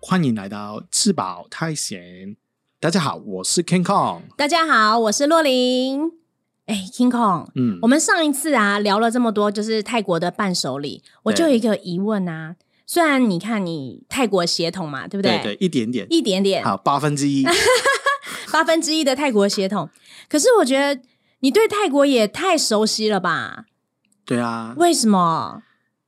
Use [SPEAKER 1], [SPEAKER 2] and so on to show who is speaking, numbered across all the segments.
[SPEAKER 1] 欢迎来到吃饱太闲。大家好，我是 King Kong。
[SPEAKER 2] 大家好，我是洛琳。哎，King Kong，
[SPEAKER 1] 嗯
[SPEAKER 2] 我，们上一次啊聊了这么多，就是泰国的伴手礼，我就有一个疑问啊。虽然你看你泰国血统嘛，对不
[SPEAKER 1] 对
[SPEAKER 2] 对？
[SPEAKER 1] 对，一点点，
[SPEAKER 2] 一点点，
[SPEAKER 1] 好，八分之 一。
[SPEAKER 2] 八分之一的泰国血统。可是我觉得你对泰国也太熟悉了吧？
[SPEAKER 1] 对啊，
[SPEAKER 2] 为什么？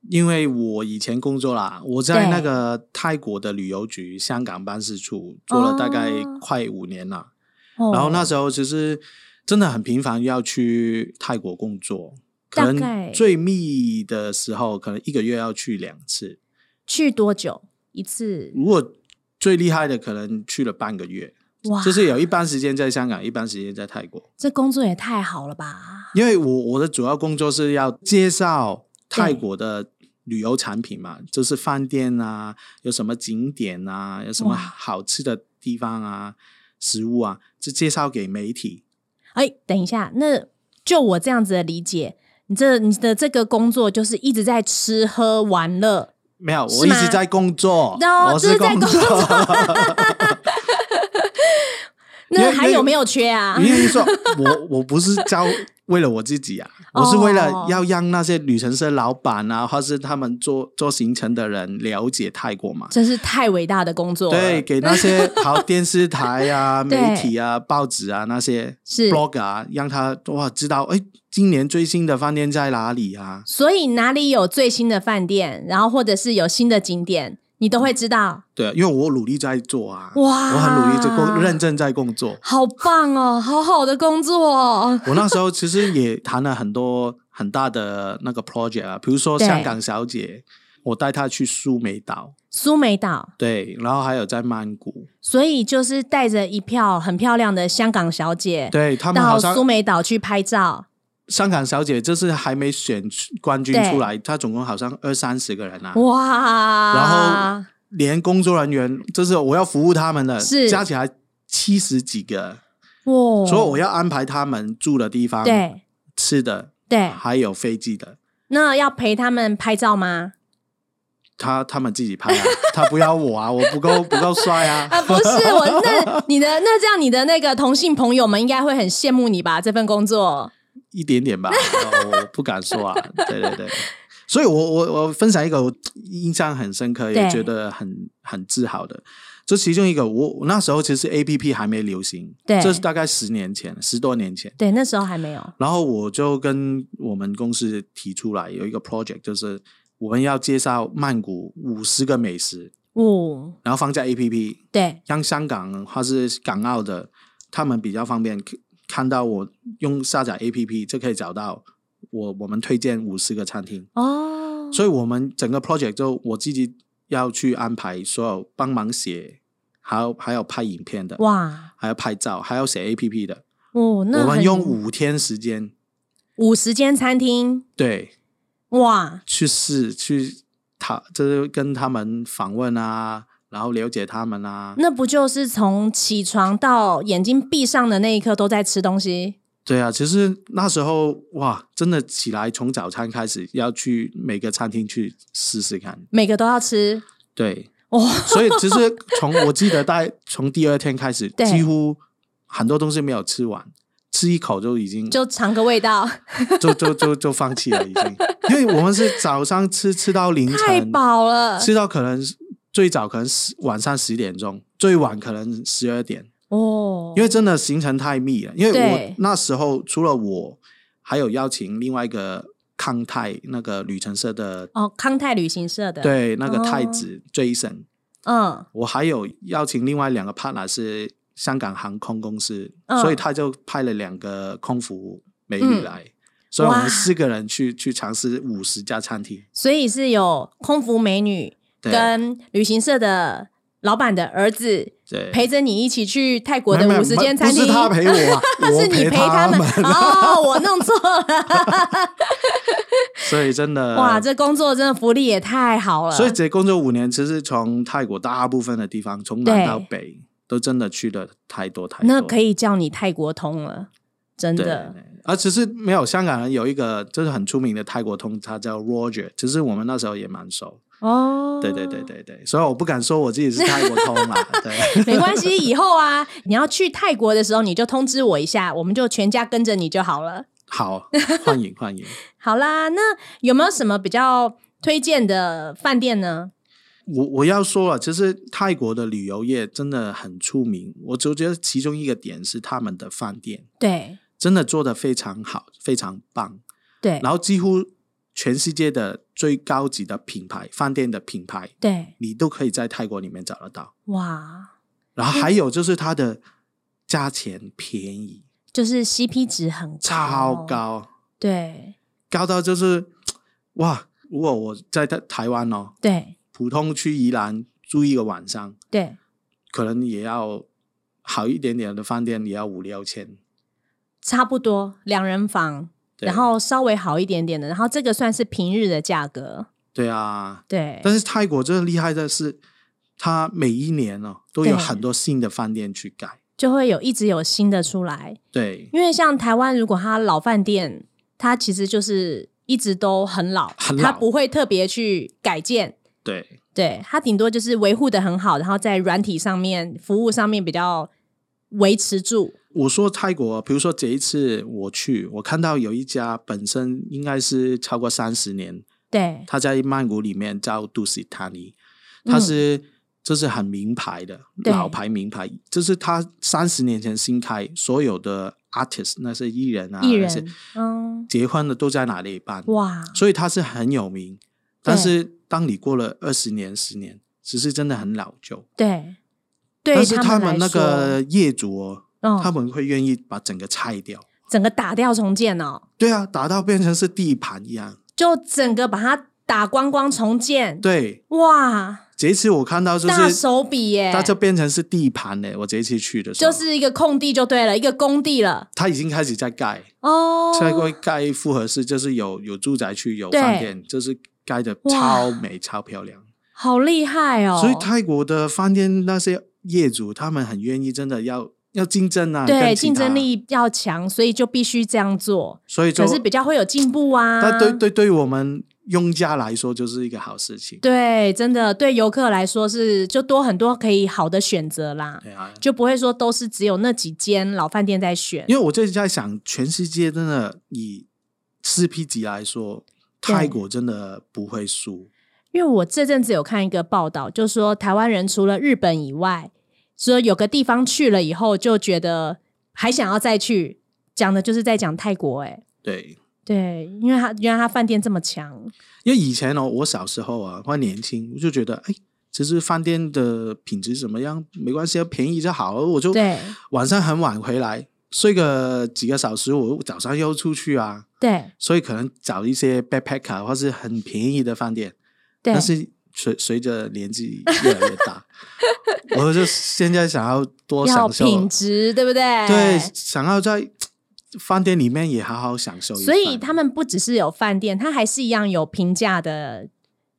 [SPEAKER 1] 因为我以前工作啦，我在
[SPEAKER 2] 对
[SPEAKER 1] 那个泰国的旅游局香港办事处做了大概
[SPEAKER 2] 哦
[SPEAKER 1] 快五年啦。
[SPEAKER 2] 哦
[SPEAKER 1] 然后那时候其实真的很频繁要去泰国工作，可
[SPEAKER 2] 大概
[SPEAKER 1] 能最密的时候可能一个月要去两次，
[SPEAKER 2] 去多久一次？
[SPEAKER 1] 如果最厉害的可能去了半个月，
[SPEAKER 2] 哇，
[SPEAKER 1] 就是有一半时间在香港，一半时间在泰国。
[SPEAKER 2] 这工作也太好了吧？
[SPEAKER 1] 因为我我的主要工作是要介绍泰
[SPEAKER 2] 对
[SPEAKER 1] 国的旅游产品嘛，就是饭店啊，有什么景点啊，有什么
[SPEAKER 2] 哇
[SPEAKER 1] 好吃的地方啊，食物啊，就介绍给媒体。
[SPEAKER 2] 哎，等一下，那就我这样子的理解，你这你的这个工作就是一直在吃喝玩乐，
[SPEAKER 1] 没有，我
[SPEAKER 2] 是
[SPEAKER 1] 一
[SPEAKER 2] 吗
[SPEAKER 1] 直在工作，
[SPEAKER 2] 哦
[SPEAKER 1] 我
[SPEAKER 2] 就是在
[SPEAKER 1] 工
[SPEAKER 2] 工作
[SPEAKER 1] 因为
[SPEAKER 2] 那
[SPEAKER 1] 那
[SPEAKER 2] 还
[SPEAKER 1] 个
[SPEAKER 2] 有没有缺啊？
[SPEAKER 1] 因为说，我我不是教为了我自己啊，
[SPEAKER 2] 哦
[SPEAKER 1] 我是为了要让那些旅行社老板啊，或是他们做做行程的人了解泰国嘛。
[SPEAKER 2] 真是太伟大的工作了，
[SPEAKER 1] 对，，给那些好电视台 啊、
[SPEAKER 2] 对
[SPEAKER 1] 媒体啊、报纸啊那些
[SPEAKER 2] 是。
[SPEAKER 1] blog 啊，让他哇知道，哎，今年最新的饭店在哪里啊？
[SPEAKER 2] 所以哪里有最新的饭店，然后或者是有新的景点，你都会知道。
[SPEAKER 1] 对，啊因为我努力在做啊，我
[SPEAKER 2] 哇，
[SPEAKER 1] 很努力在工，认，真在工作。
[SPEAKER 2] 好棒哦，好好的工作哦。
[SPEAKER 1] 我那时候其实也谈了很多很大的那个 project 啊，比如说
[SPEAKER 2] 对
[SPEAKER 1] 香港小姐，我带她去苏梅岛，
[SPEAKER 2] 苏梅岛，
[SPEAKER 1] 对，然后还有在曼谷，
[SPEAKER 2] 所以就是带着一票很漂亮的香港小姐
[SPEAKER 1] 对他们好
[SPEAKER 2] 到
[SPEAKER 1] 像
[SPEAKER 2] 苏梅岛去拍照。
[SPEAKER 1] 香港小姐就是还没选出冠军
[SPEAKER 2] 对
[SPEAKER 1] 出来，她总共好像二三十个人啊，
[SPEAKER 2] 哇！
[SPEAKER 1] 然后连工作人员就是我要服务他们的，
[SPEAKER 2] 是
[SPEAKER 1] 加起来七十几个，
[SPEAKER 2] 哇，
[SPEAKER 1] 所以我要安排他们住的地方、
[SPEAKER 2] 对
[SPEAKER 1] 吃的，
[SPEAKER 2] 对，
[SPEAKER 1] 还有飞机的。
[SPEAKER 2] 那要陪他们拍照 吗？
[SPEAKER 1] 他他们自己拍啊， 他不要我啊，我不够不够帅啊。
[SPEAKER 2] 啊，不是我，那你的那这样，你的那个同性朋友们应该会很羡慕你吧？这份工作，
[SPEAKER 1] 一点点吧，哦我不敢说 啊。对对对，所以我我我分享一个我印象很深刻，也
[SPEAKER 2] 对
[SPEAKER 1] 觉得很很自豪的。这其中一个，我我那时候其实 A P P 还没流行，
[SPEAKER 2] 对
[SPEAKER 1] 这是大概十年前，十多年前。
[SPEAKER 2] 对，那时候还没有，
[SPEAKER 1] 然后我就跟我们公司提出来有一个 project，就是我们要介绍曼谷五十个美食，
[SPEAKER 2] 哦，
[SPEAKER 1] 然后放在 A P P，
[SPEAKER 2] 对，
[SPEAKER 1] 像香港或是港澳的，他们比较方便看看到我用下载 APP 就可以找到我我们推荐五十个餐厅，
[SPEAKER 2] 哦，
[SPEAKER 1] 所以我们整个 project 就我自己要去安排所有帮忙写，还有还有拍影片的，
[SPEAKER 2] 哇，
[SPEAKER 1] 还要拍照，还要写 APP 的，
[SPEAKER 2] 哦，那
[SPEAKER 1] 我们
[SPEAKER 2] 很
[SPEAKER 1] 用五天时间，
[SPEAKER 2] 五十间餐厅，
[SPEAKER 1] 对，
[SPEAKER 2] 哇，
[SPEAKER 1] 去试去他就是跟他们访问啊，然后了解他们啊，
[SPEAKER 2] 那不就是从起床到眼睛闭上的那一刻都在吃东西？
[SPEAKER 1] 对啊，其实那时候哇，真的起来从早餐开始要去每个餐厅去试试看。
[SPEAKER 2] 每个都要吃，
[SPEAKER 1] 对，
[SPEAKER 2] 哇、
[SPEAKER 1] 所以其实从我记得大概从第二天开始，
[SPEAKER 2] 对
[SPEAKER 1] 几乎很多东西没有吃完，吃一口就已经
[SPEAKER 2] 就尝个味道，
[SPEAKER 1] 就就就就放弃了，已经，因为我们是早上吃吃到凌
[SPEAKER 2] 太
[SPEAKER 1] 晨，
[SPEAKER 2] 饱了，
[SPEAKER 1] 吃到可能最早可能十晚上十点钟，最晚可能十二点。
[SPEAKER 2] 哦，
[SPEAKER 1] 因为真的行程太密了。因为我
[SPEAKER 2] 对
[SPEAKER 1] 那时候除了我，还有邀请另外一个康泰那个旅程社的
[SPEAKER 2] 哦，康泰旅行社的，，
[SPEAKER 1] 对那个
[SPEAKER 2] 哦
[SPEAKER 1] 太子 Jason，、
[SPEAKER 2] 嗯，
[SPEAKER 1] 我还有邀请另外两个 partner 是香港航空公司，
[SPEAKER 2] 嗯
[SPEAKER 1] 所以他就派了两个空服美女
[SPEAKER 2] 嗯
[SPEAKER 1] 来。所以我们
[SPEAKER 2] 哇
[SPEAKER 1] 四个人去去尝试五十家餐厅，
[SPEAKER 2] 所以是有空服美女
[SPEAKER 1] 对
[SPEAKER 2] 跟旅行社的老板的儿子
[SPEAKER 1] 对，
[SPEAKER 2] 陪着你一起去泰国的
[SPEAKER 1] 没有
[SPEAKER 2] 五十间餐厅，，
[SPEAKER 1] 不是他陪我啊我
[SPEAKER 2] 是你陪
[SPEAKER 1] 他
[SPEAKER 2] 们哦，我弄 错了，
[SPEAKER 1] 所以真的
[SPEAKER 2] 哇，这工作真的福利也太好
[SPEAKER 1] 嗯
[SPEAKER 2] 了，
[SPEAKER 1] 所以这工作五年，其实从泰国大部分的地方，从南
[SPEAKER 2] 对
[SPEAKER 1] 到北，都真的去了太多太多。
[SPEAKER 2] 那可
[SPEAKER 1] 以
[SPEAKER 2] 以叫你泰国通了，真的，
[SPEAKER 1] 而其实没有香港人有一个就是很出名的泰国通，他叫 Roger，其实我们那时候也蛮熟。
[SPEAKER 2] 哦，
[SPEAKER 1] 对对对， 对对，所以我不敢说我自己是泰国通 啦。对，
[SPEAKER 2] 没关系，以后啊，你要去泰国的时候，你就通知我一下，我们就全家跟着你就好了。
[SPEAKER 1] 好，欢迎欢迎。
[SPEAKER 2] 好啦，那有没有什么比较推荐的饭店呢？
[SPEAKER 1] 我我要说啊了，其实泰国的旅游业真的很出名，我就觉得其中一个点是他们的饭店
[SPEAKER 2] 对
[SPEAKER 1] 真的做得非常好，非常棒。
[SPEAKER 2] 对
[SPEAKER 1] 然后几乎全世界的最高级的品牌饭店的品牌，
[SPEAKER 2] 对，
[SPEAKER 1] 你都可以在泰国里面找得到。
[SPEAKER 2] 哇，
[SPEAKER 1] 然后还有就是它的价钱便宜，
[SPEAKER 2] 就是 CP 值很高，
[SPEAKER 1] 超，
[SPEAKER 2] 哦
[SPEAKER 1] 高，
[SPEAKER 2] 对
[SPEAKER 1] 高到就是哇！如果我在台台湾哦，
[SPEAKER 2] 对
[SPEAKER 1] 普通去宜兰住一个晚上，
[SPEAKER 2] 对，
[SPEAKER 1] 可能也要好一点点的饭店也要五六千。
[SPEAKER 2] 差不多两人房，
[SPEAKER 1] 对
[SPEAKER 2] 然后稍微好一点点的，然后这个算是平日的价格，
[SPEAKER 1] 对啊，
[SPEAKER 2] 对
[SPEAKER 1] 但是泰国真的厉害的是，它每一年哦都有
[SPEAKER 2] 对
[SPEAKER 1] 很多新的饭店去盖。
[SPEAKER 2] 就会有一直有新的出来，
[SPEAKER 1] 对，
[SPEAKER 2] 因为像台湾，如果它老饭店，它其实就是一直都很老，
[SPEAKER 1] 很
[SPEAKER 2] 它
[SPEAKER 1] 老
[SPEAKER 2] 不会特别去改建。
[SPEAKER 1] 对，
[SPEAKER 2] 对，它顶多就是维护的很好，然后在软体上面、服务上面比较维持住。
[SPEAKER 1] 我说泰国，比如说这一次我去，我看到有一家本身应该是超过三十年，
[SPEAKER 2] 对，
[SPEAKER 1] 他在曼谷里面叫杜西塔尼，他是、这是很名牌的
[SPEAKER 2] 嗯对
[SPEAKER 1] 老牌名牌，这是他三十年前新开，所有的 artist 那些艺人啊，
[SPEAKER 2] 艺
[SPEAKER 1] 那些
[SPEAKER 2] 人，嗯，
[SPEAKER 1] 结婚的都在哪里办，
[SPEAKER 2] 哇，
[SPEAKER 1] 所以他是很有名。但是当你过了二十年、十年，只是真的很老旧。
[SPEAKER 2] 对，对
[SPEAKER 1] 但是
[SPEAKER 2] 他
[SPEAKER 1] 们
[SPEAKER 2] 们
[SPEAKER 1] 那
[SPEAKER 2] 来说
[SPEAKER 1] 个，业主哦，
[SPEAKER 2] 嗯，
[SPEAKER 1] 他们会愿意把整个拆掉。
[SPEAKER 2] 整个打掉重建哦，
[SPEAKER 1] 对啊，打到变成是地盘一样。
[SPEAKER 2] 就整个把它打光光重建。
[SPEAKER 1] 对，
[SPEAKER 2] 哇，
[SPEAKER 1] 这一次我看到就
[SPEAKER 2] 大
[SPEAKER 1] 是
[SPEAKER 2] 手笔耶！
[SPEAKER 1] 它就变成是地盘欸嘞。我这一次去的时
[SPEAKER 2] 就
[SPEAKER 1] 候，
[SPEAKER 2] 是一个空地就对了，一个工地了
[SPEAKER 1] 它已经开始在盖，
[SPEAKER 2] 哦。
[SPEAKER 1] 在会盖复合式，就是有有住宅区，有饭店，就是盖的超美、超漂亮。
[SPEAKER 2] 好厉害哦！
[SPEAKER 1] 所以泰国的饭店那些业主，他们很愿意，真的要要竞争啊，跟
[SPEAKER 2] 对
[SPEAKER 1] 其他
[SPEAKER 2] 竞争，力要强，所以就必须这样做，
[SPEAKER 1] 所以就
[SPEAKER 2] 可是比较会有进步啊。
[SPEAKER 1] 但对对对于我们用家来说，就是一个好事情。
[SPEAKER 2] 对，真的对游客来说是就多很多可以好的选择啦，
[SPEAKER 1] 对啊，
[SPEAKER 2] 就不会说都是只有那几间老饭店在选。
[SPEAKER 1] 因为我最近在想，全世界真的以四 P 级来说，
[SPEAKER 2] 对
[SPEAKER 1] 泰国真的不会输。
[SPEAKER 2] 因为我这阵子有看一个报道，就说台湾人除了日本以外，说有个地方去了以后就觉得还想要再去，讲的就是在讲泰国、欸，哎，
[SPEAKER 1] 对，
[SPEAKER 2] 对，因为他原来他饭店这么强，
[SPEAKER 1] 因为以前哦，我小时候啊，或年轻，我就觉得，哎，其实饭店的品质怎么样没关系，便宜就好。我就
[SPEAKER 2] 对
[SPEAKER 1] 晚上很晚回来，睡个几个小时，我早上又出去啊。
[SPEAKER 2] 对
[SPEAKER 1] 所以可能找一些 backpack 啊，或是很便宜的饭店，
[SPEAKER 2] 对
[SPEAKER 1] 但，是随随着年纪越来越 大，我就现在想要多
[SPEAKER 2] 要
[SPEAKER 1] 享受，
[SPEAKER 2] 品质，对不对？
[SPEAKER 1] 对，想要在饭店里面也好好享受一番。
[SPEAKER 2] 所以他们不只是有饭店，它还是一样有平价的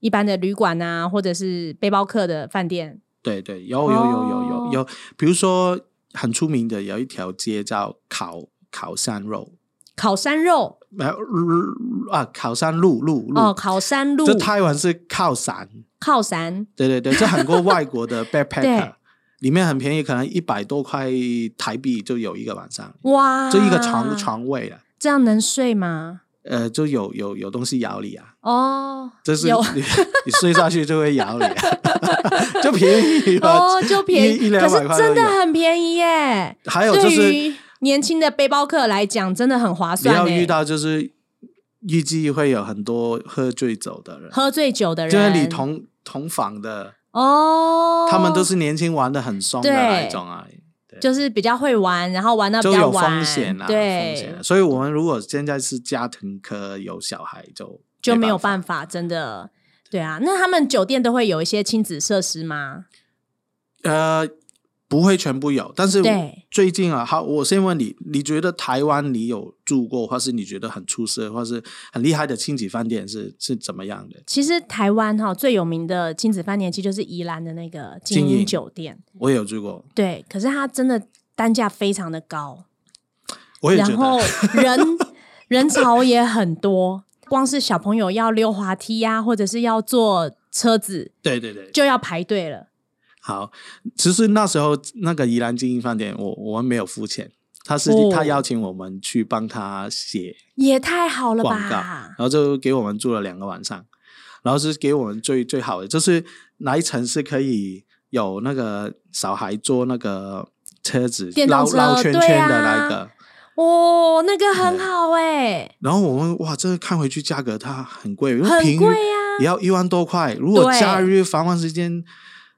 [SPEAKER 2] 一般的旅馆啊，或者是背包客的饭店。
[SPEAKER 1] 对对有有有有
[SPEAKER 2] 哦
[SPEAKER 1] 有有，比如说很出名的有一条街叫烤烤山肉，
[SPEAKER 2] 烤山肉
[SPEAKER 1] 呃路啊烤山路路
[SPEAKER 2] 哦，
[SPEAKER 1] 路，
[SPEAKER 2] 烤山路
[SPEAKER 1] 这台湾是靠山，
[SPEAKER 2] 靠山，
[SPEAKER 1] 对对对，这很多外国 的
[SPEAKER 2] 对
[SPEAKER 1] backpacker 里面很便宜，可能一百多块台币就有一个晚上，
[SPEAKER 2] 哇，
[SPEAKER 1] 就一个床床位了。
[SPEAKER 2] 这样能睡吗？
[SPEAKER 1] 呃，就有有有东西咬你啊，
[SPEAKER 2] 哦，
[SPEAKER 1] 就是
[SPEAKER 2] 有
[SPEAKER 1] 你你睡下去就会咬 你、啊，就便宜嘛。
[SPEAKER 2] 哦，就便
[SPEAKER 1] 一一
[SPEAKER 2] 宜，
[SPEAKER 1] 两
[SPEAKER 2] 可
[SPEAKER 1] 百
[SPEAKER 2] 是
[SPEAKER 1] 块
[SPEAKER 2] 真的
[SPEAKER 1] 都有
[SPEAKER 2] 很便宜耶。
[SPEAKER 1] 还有哎就
[SPEAKER 2] 对
[SPEAKER 1] 是
[SPEAKER 2] 于年轻的背包客来讲，真的很划
[SPEAKER 1] 你
[SPEAKER 2] 算欸耶。
[SPEAKER 1] 要遇到就是预计会有很多喝醉酒的人，
[SPEAKER 2] 喝醉酒的人，
[SPEAKER 1] 就是你同同房的，
[SPEAKER 2] 哦，
[SPEAKER 1] 他们都是年轻玩的很松的
[SPEAKER 2] 对
[SPEAKER 1] 那一种啊。对
[SPEAKER 2] 就是比较会玩，然后玩到比
[SPEAKER 1] 就
[SPEAKER 2] 较
[SPEAKER 1] 有
[SPEAKER 2] 晚，
[SPEAKER 1] 风险啊，
[SPEAKER 2] 对，
[SPEAKER 1] 风险啊、所以我们如果现在是家庭科有小孩就，
[SPEAKER 2] 就没有
[SPEAKER 1] 办
[SPEAKER 2] 办法，真的。对啊，那他们酒店都会有一些亲子设施吗？
[SPEAKER 1] 法呃，不会全部有，但是
[SPEAKER 2] 对
[SPEAKER 1] 最近啊，好，我先问你，你觉得台湾你有住过，或是你觉得很出色，或是很厉害的亲子饭店是是怎么样的？
[SPEAKER 2] 其实台湾哈最有名的亲子饭店，其实就是宜兰的那个
[SPEAKER 1] 金
[SPEAKER 2] 金
[SPEAKER 1] 鹰
[SPEAKER 2] 鹰酒店。
[SPEAKER 1] 我有住过，
[SPEAKER 2] 对，可是它真的单价非常的高，
[SPEAKER 1] 我也觉
[SPEAKER 2] 然后
[SPEAKER 1] 得
[SPEAKER 2] 人人潮也很多，光是小朋友要溜滑梯呀、或者是要坐车子
[SPEAKER 1] 对对对，
[SPEAKER 2] 就要排队了。
[SPEAKER 1] 好，其实那时候那个宜兰精英饭店，我我们没有付钱，他是、
[SPEAKER 2] 哦
[SPEAKER 1] 他邀请我们去帮他写
[SPEAKER 2] 也太好了
[SPEAKER 1] 广告，
[SPEAKER 2] 吧
[SPEAKER 1] 然！后就给我们住了两个晚上，然后是给我们最最好的，就是哪一层是可以有那个小孩坐那个车子
[SPEAKER 2] 电动
[SPEAKER 1] 绕
[SPEAKER 2] 车
[SPEAKER 1] 绕圈
[SPEAKER 2] 对
[SPEAKER 1] 圈
[SPEAKER 2] 啊
[SPEAKER 1] 的那一个。
[SPEAKER 2] 哦，那个很好哎、
[SPEAKER 1] 然后我们哇，这个看回去价格它很贵，因为
[SPEAKER 2] 很
[SPEAKER 1] 平
[SPEAKER 2] 贵
[SPEAKER 1] 日
[SPEAKER 2] 呀、
[SPEAKER 1] 也要一万多块，如果
[SPEAKER 2] 对
[SPEAKER 1] 假日繁忙时间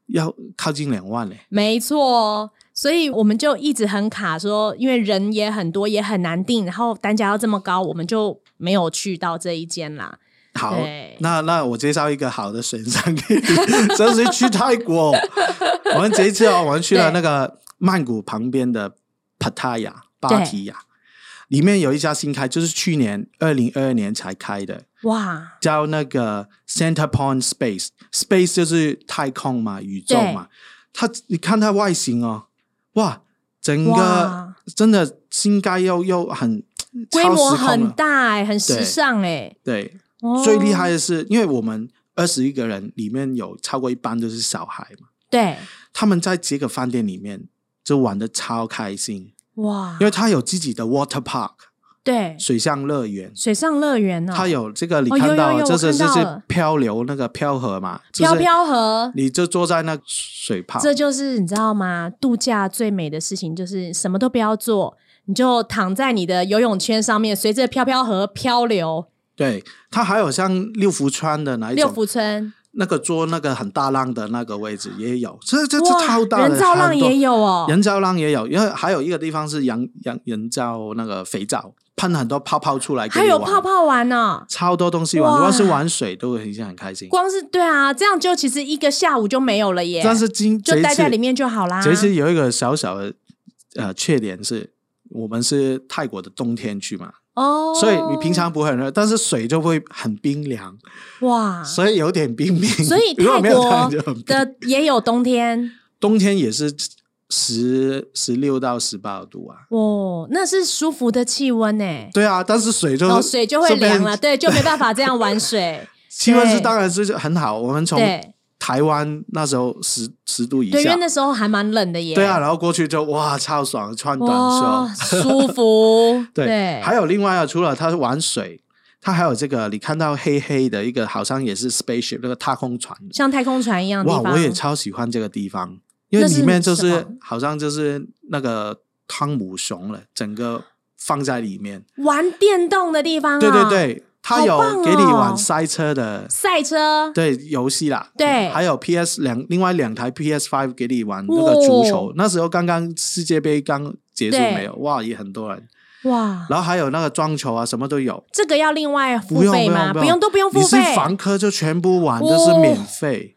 [SPEAKER 1] 要靠近两万嘞、
[SPEAKER 2] 没错。哦所以我们就一直很卡说因为人也很多，也很难订，然后单价要这么高，我们就没有去到这一间啦。
[SPEAKER 1] 好
[SPEAKER 2] 对，
[SPEAKER 1] 那那我介绍一个好的选项给你，就是去泰国。哦 我们这一次哦，我们去了那个曼谷旁边的 Pattaya 芭提雅，里面有一家新开，就是去年二零二二年才开的，
[SPEAKER 2] 哇，
[SPEAKER 1] 叫那个 Center Point Space。Space 就是太空嘛，宇宙嘛。它你看它外形哦，哇，整个
[SPEAKER 2] 哇
[SPEAKER 1] 真的新开又又很
[SPEAKER 2] 规模
[SPEAKER 1] 超
[SPEAKER 2] 很，
[SPEAKER 1] 时空了
[SPEAKER 2] 大哎、很时
[SPEAKER 1] 对
[SPEAKER 2] 尚哎、
[SPEAKER 1] 对。
[SPEAKER 2] 哦
[SPEAKER 1] 最厉害的是，因为我们二十一个人里面有超过一半都是小孩嘛，
[SPEAKER 2] 对
[SPEAKER 1] 他们在这个饭店里面就玩的超开心，
[SPEAKER 2] 哇
[SPEAKER 1] 因，为他有自己的 water park
[SPEAKER 2] 对
[SPEAKER 1] 水上乐园。
[SPEAKER 2] 水上乐园呢、
[SPEAKER 1] 他有这个，你
[SPEAKER 2] 哦有
[SPEAKER 1] 看到
[SPEAKER 2] 有
[SPEAKER 1] 了，
[SPEAKER 2] 有
[SPEAKER 1] 这是
[SPEAKER 2] 我看
[SPEAKER 1] 这
[SPEAKER 2] 到
[SPEAKER 1] 是
[SPEAKER 2] 了
[SPEAKER 1] 漂流那个漂河嘛，就是
[SPEAKER 2] 飘飘河，
[SPEAKER 1] 你就坐在那水泡，
[SPEAKER 2] 这就是你知道吗？度假最美的事情就是什么都不要做，你就躺在你的游泳圈上面，随着飘飘河漂流。
[SPEAKER 1] 对，它还有像六福川的哪一
[SPEAKER 2] 六
[SPEAKER 1] 种，
[SPEAKER 2] 福村，
[SPEAKER 1] 那个坐那个很大浪的那个位置也有，这这这
[SPEAKER 2] 哇
[SPEAKER 1] 超，大的，
[SPEAKER 2] 人造浪
[SPEAKER 1] 很多
[SPEAKER 2] 也有哦，
[SPEAKER 1] 人造浪也有，因为还有一个地方是羊羊人造那个肥皂，喷很多泡泡出来给
[SPEAKER 2] 还
[SPEAKER 1] 你
[SPEAKER 2] 有
[SPEAKER 1] 玩，
[SPEAKER 2] 泡泡玩呢、
[SPEAKER 1] 超多东西玩。
[SPEAKER 2] 哇
[SPEAKER 1] 如果是玩水，都会很很开心。
[SPEAKER 2] 光是对啊，这样就其实一个下午就没有了耶，
[SPEAKER 1] 但是今
[SPEAKER 2] 就
[SPEAKER 1] 这一
[SPEAKER 2] 待
[SPEAKER 1] 次
[SPEAKER 2] 在里面就啊好啦。
[SPEAKER 1] 这一次有一个小小的呃缺点是，我们是泰国的冬天去嘛，
[SPEAKER 2] 哦，
[SPEAKER 1] 所以你平常不会很热，但是水就会很冰凉，
[SPEAKER 2] 哇，
[SPEAKER 1] 所以有点冰冰。
[SPEAKER 2] 啊所以
[SPEAKER 1] 如果
[SPEAKER 2] 泰
[SPEAKER 1] 没有
[SPEAKER 2] 国
[SPEAKER 1] 它就很冰
[SPEAKER 2] 的也有冬天
[SPEAKER 1] 冬天也是十十六到十八度啊。
[SPEAKER 2] 哦，那是舒服的气温呢、
[SPEAKER 1] 对啊，但是水就、
[SPEAKER 2] 哦，水就会
[SPEAKER 1] 这边
[SPEAKER 2] 凉了，对，就没办法这样 玩水。
[SPEAKER 1] 气温是
[SPEAKER 2] 对
[SPEAKER 1] 当然是很好，我们从
[SPEAKER 2] 对
[SPEAKER 1] 台湾那时候十十度以
[SPEAKER 2] 对，因
[SPEAKER 1] 下
[SPEAKER 2] 为，那时候还蛮冷的耶。
[SPEAKER 1] 对啊，，然后过去就哇超爽，穿短
[SPEAKER 2] 哇，
[SPEAKER 1] 袖，
[SPEAKER 2] 舒 服。对，
[SPEAKER 1] 还有另外啊，除了他玩水，他还有这个你看到黑黑的一个，好像也是 spaceship 那个太空船，
[SPEAKER 2] 像太空船一样的
[SPEAKER 1] 哇，
[SPEAKER 2] 地方。
[SPEAKER 1] 我也超喜欢这个地方，因为
[SPEAKER 2] 那是
[SPEAKER 1] 里面就
[SPEAKER 2] 什
[SPEAKER 1] 是
[SPEAKER 2] 么
[SPEAKER 1] 好像就是那个汤姆熊了，整个放在里面，
[SPEAKER 2] 玩电动的地方、啊。
[SPEAKER 1] 对对，对，他
[SPEAKER 2] 好
[SPEAKER 1] 有
[SPEAKER 2] 棒
[SPEAKER 1] 给你
[SPEAKER 2] 哦
[SPEAKER 1] 玩塞车的
[SPEAKER 2] 赛车。
[SPEAKER 1] 对游戏啦，
[SPEAKER 2] 对
[SPEAKER 1] 还有 PS 两另外两台 PS Five 给你玩那个足球，
[SPEAKER 2] 哦
[SPEAKER 1] 那时候刚刚世界杯刚结束
[SPEAKER 2] 对
[SPEAKER 1] 没有？哇，也很多人，
[SPEAKER 2] 哇，
[SPEAKER 1] 然后还有那个装球啊，什么都有，
[SPEAKER 2] 这个要另外付
[SPEAKER 1] 不用
[SPEAKER 2] 费
[SPEAKER 1] 不
[SPEAKER 2] 吗？
[SPEAKER 1] 用
[SPEAKER 2] 不用，都不用付
[SPEAKER 1] 你是
[SPEAKER 2] 费。
[SPEAKER 1] 房科就全部玩，
[SPEAKER 2] 哦
[SPEAKER 1] 都是免费。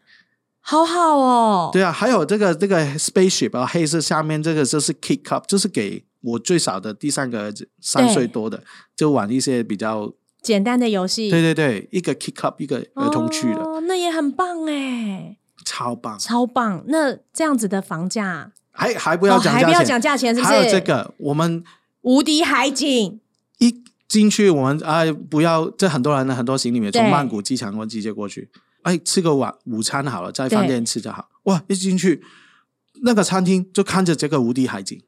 [SPEAKER 2] 好好哦。
[SPEAKER 1] 对啊，还有这个这个 spaceship 啊，黑色下面这个就是 kick up，就是给我最小的第三个儿子三岁多的，就玩一些比较
[SPEAKER 2] 简单的游戏。
[SPEAKER 1] 对对对，一个 kick up 一个儿童区的，
[SPEAKER 2] 哦，那也很棒哎，
[SPEAKER 1] 超棒，
[SPEAKER 2] 超棒。那这样子的房价，
[SPEAKER 1] 还还不要
[SPEAKER 2] 哦、
[SPEAKER 1] 讲
[SPEAKER 2] 还不要
[SPEAKER 1] 价钱，
[SPEAKER 2] 讲价钱，是不是？
[SPEAKER 1] 还有这个我们。
[SPEAKER 2] 无敌海景，
[SPEAKER 1] 一进去，我们哎不要，这很多人很多行李没有
[SPEAKER 2] 对
[SPEAKER 1] 从曼谷机场我直接过去，哎吃个晚午餐好了，在饭店吃就好。哇，一进去那个餐厅就看着这个无敌海景，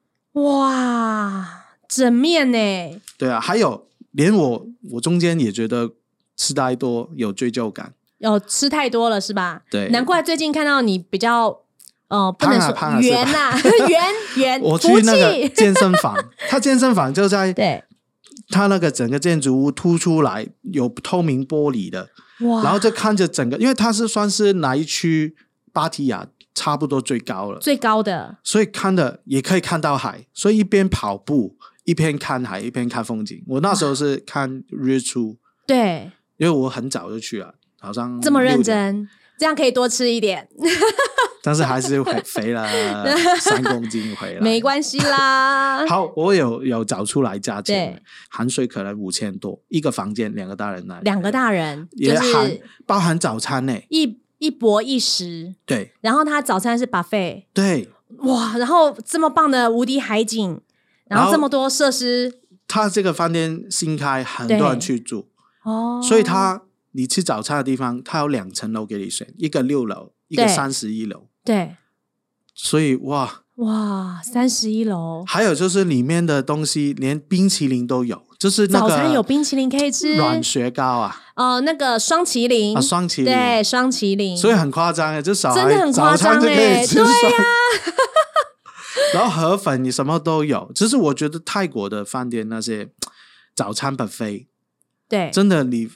[SPEAKER 2] 哇，整面呢。
[SPEAKER 1] 对啊，还有连我我中间也觉得吃太多有罪疚感，
[SPEAKER 2] 哦，吃太多了是吧？
[SPEAKER 1] 对
[SPEAKER 2] 难怪最近看到你比较，呃，不能
[SPEAKER 1] 胖啊
[SPEAKER 2] 说
[SPEAKER 1] 胖啊是吧
[SPEAKER 2] 圆呐、 圆圆，
[SPEAKER 1] 我去
[SPEAKER 2] 福
[SPEAKER 1] 那 个
[SPEAKER 2] 气
[SPEAKER 1] 健身房，他健身房就在
[SPEAKER 2] 对，
[SPEAKER 1] 他那个整个建筑物凸出来有透明玻璃的，
[SPEAKER 2] 哇，
[SPEAKER 1] 然后就看着整个，因为它是算是哪一区芭提雅差不多最高了。
[SPEAKER 2] 最高的
[SPEAKER 1] 所以看的也可以看到海，所以一边跑步一边看海，一边看风景。我那时候是看日出，
[SPEAKER 2] 对，
[SPEAKER 1] 因为我很早就去了，好像
[SPEAKER 2] 这么认
[SPEAKER 1] 6点，
[SPEAKER 2] 真，这样可以多吃一点，
[SPEAKER 1] 但是还是很肥了三公斤回来。。
[SPEAKER 2] 没关系啦
[SPEAKER 1] 啊 好，我有有找出来价钱
[SPEAKER 2] 对，
[SPEAKER 1] 含税可能五千多一个房间，两个大人来，
[SPEAKER 2] 两个大人就
[SPEAKER 1] 也含、
[SPEAKER 2] 是
[SPEAKER 1] 包含早餐呢。
[SPEAKER 2] 一一博一食，
[SPEAKER 1] 对
[SPEAKER 2] 然后他早餐是 buffet，
[SPEAKER 1] 对，
[SPEAKER 2] 哇，然后这么棒的无敌海景，然
[SPEAKER 1] 然
[SPEAKER 2] 后
[SPEAKER 1] 后
[SPEAKER 2] 这么多设施，
[SPEAKER 1] 他这个饭店新开，很
[SPEAKER 2] 对
[SPEAKER 1] 多人去住，
[SPEAKER 2] 哦，
[SPEAKER 1] 所以他你吃早餐的地方，它有两层楼给你选，一个六楼，一个
[SPEAKER 2] 对
[SPEAKER 1] 三十一楼。
[SPEAKER 2] 对，
[SPEAKER 1] 所以哇，
[SPEAKER 2] 哇，三十一楼、
[SPEAKER 1] 还有就是里面的东西，连冰淇淋都有，就是那
[SPEAKER 2] 早餐
[SPEAKER 1] 个
[SPEAKER 2] 有冰淇淋可以吃，
[SPEAKER 1] 软雪糕啊，
[SPEAKER 2] 呃，那个双麒麟，
[SPEAKER 1] 啊双淇淋，
[SPEAKER 2] 对，双麒麟，
[SPEAKER 1] 所以很夸张哎，这小
[SPEAKER 2] 真的
[SPEAKER 1] 孩
[SPEAKER 2] 很
[SPEAKER 1] 早
[SPEAKER 2] 夸张
[SPEAKER 1] 餐就可以
[SPEAKER 2] 哎
[SPEAKER 1] 吃
[SPEAKER 2] 对
[SPEAKER 1] 双。 然后河粉你什么都有，只是我觉得泰国的饭店那些早餐 buffet
[SPEAKER 2] 对，
[SPEAKER 1] 真的你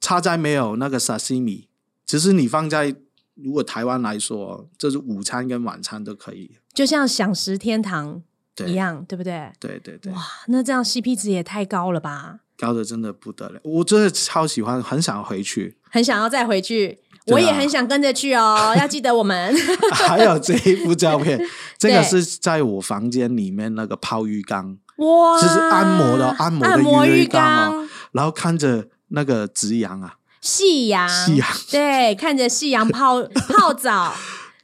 [SPEAKER 1] 差在没有那个 sashimi，其实你放在如果台湾来说，就是午餐跟晚餐都可以。
[SPEAKER 2] 就像享食天堂
[SPEAKER 1] 对
[SPEAKER 2] 一样，对不对？
[SPEAKER 1] 对对对，
[SPEAKER 2] 哇，那这样 CP 值也太高了吧！
[SPEAKER 1] 高的真的不得了，我真的超喜欢，很想回去。
[SPEAKER 2] 很想要再回去，
[SPEAKER 1] 对啊
[SPEAKER 2] 我也很想跟着 去哦。要记得我们
[SPEAKER 1] 还有这一幅照 片，这个
[SPEAKER 2] 对
[SPEAKER 1] 是在我房间里面那个泡浴缸，
[SPEAKER 2] 哇，
[SPEAKER 1] 这是按摩的按摩的
[SPEAKER 2] 浴
[SPEAKER 1] 浴缸
[SPEAKER 2] 缸，
[SPEAKER 1] 然后看着那个直阳啊，
[SPEAKER 2] 夕阳，
[SPEAKER 1] 夕阳，
[SPEAKER 2] 对，看着夕阳泡 泡澡，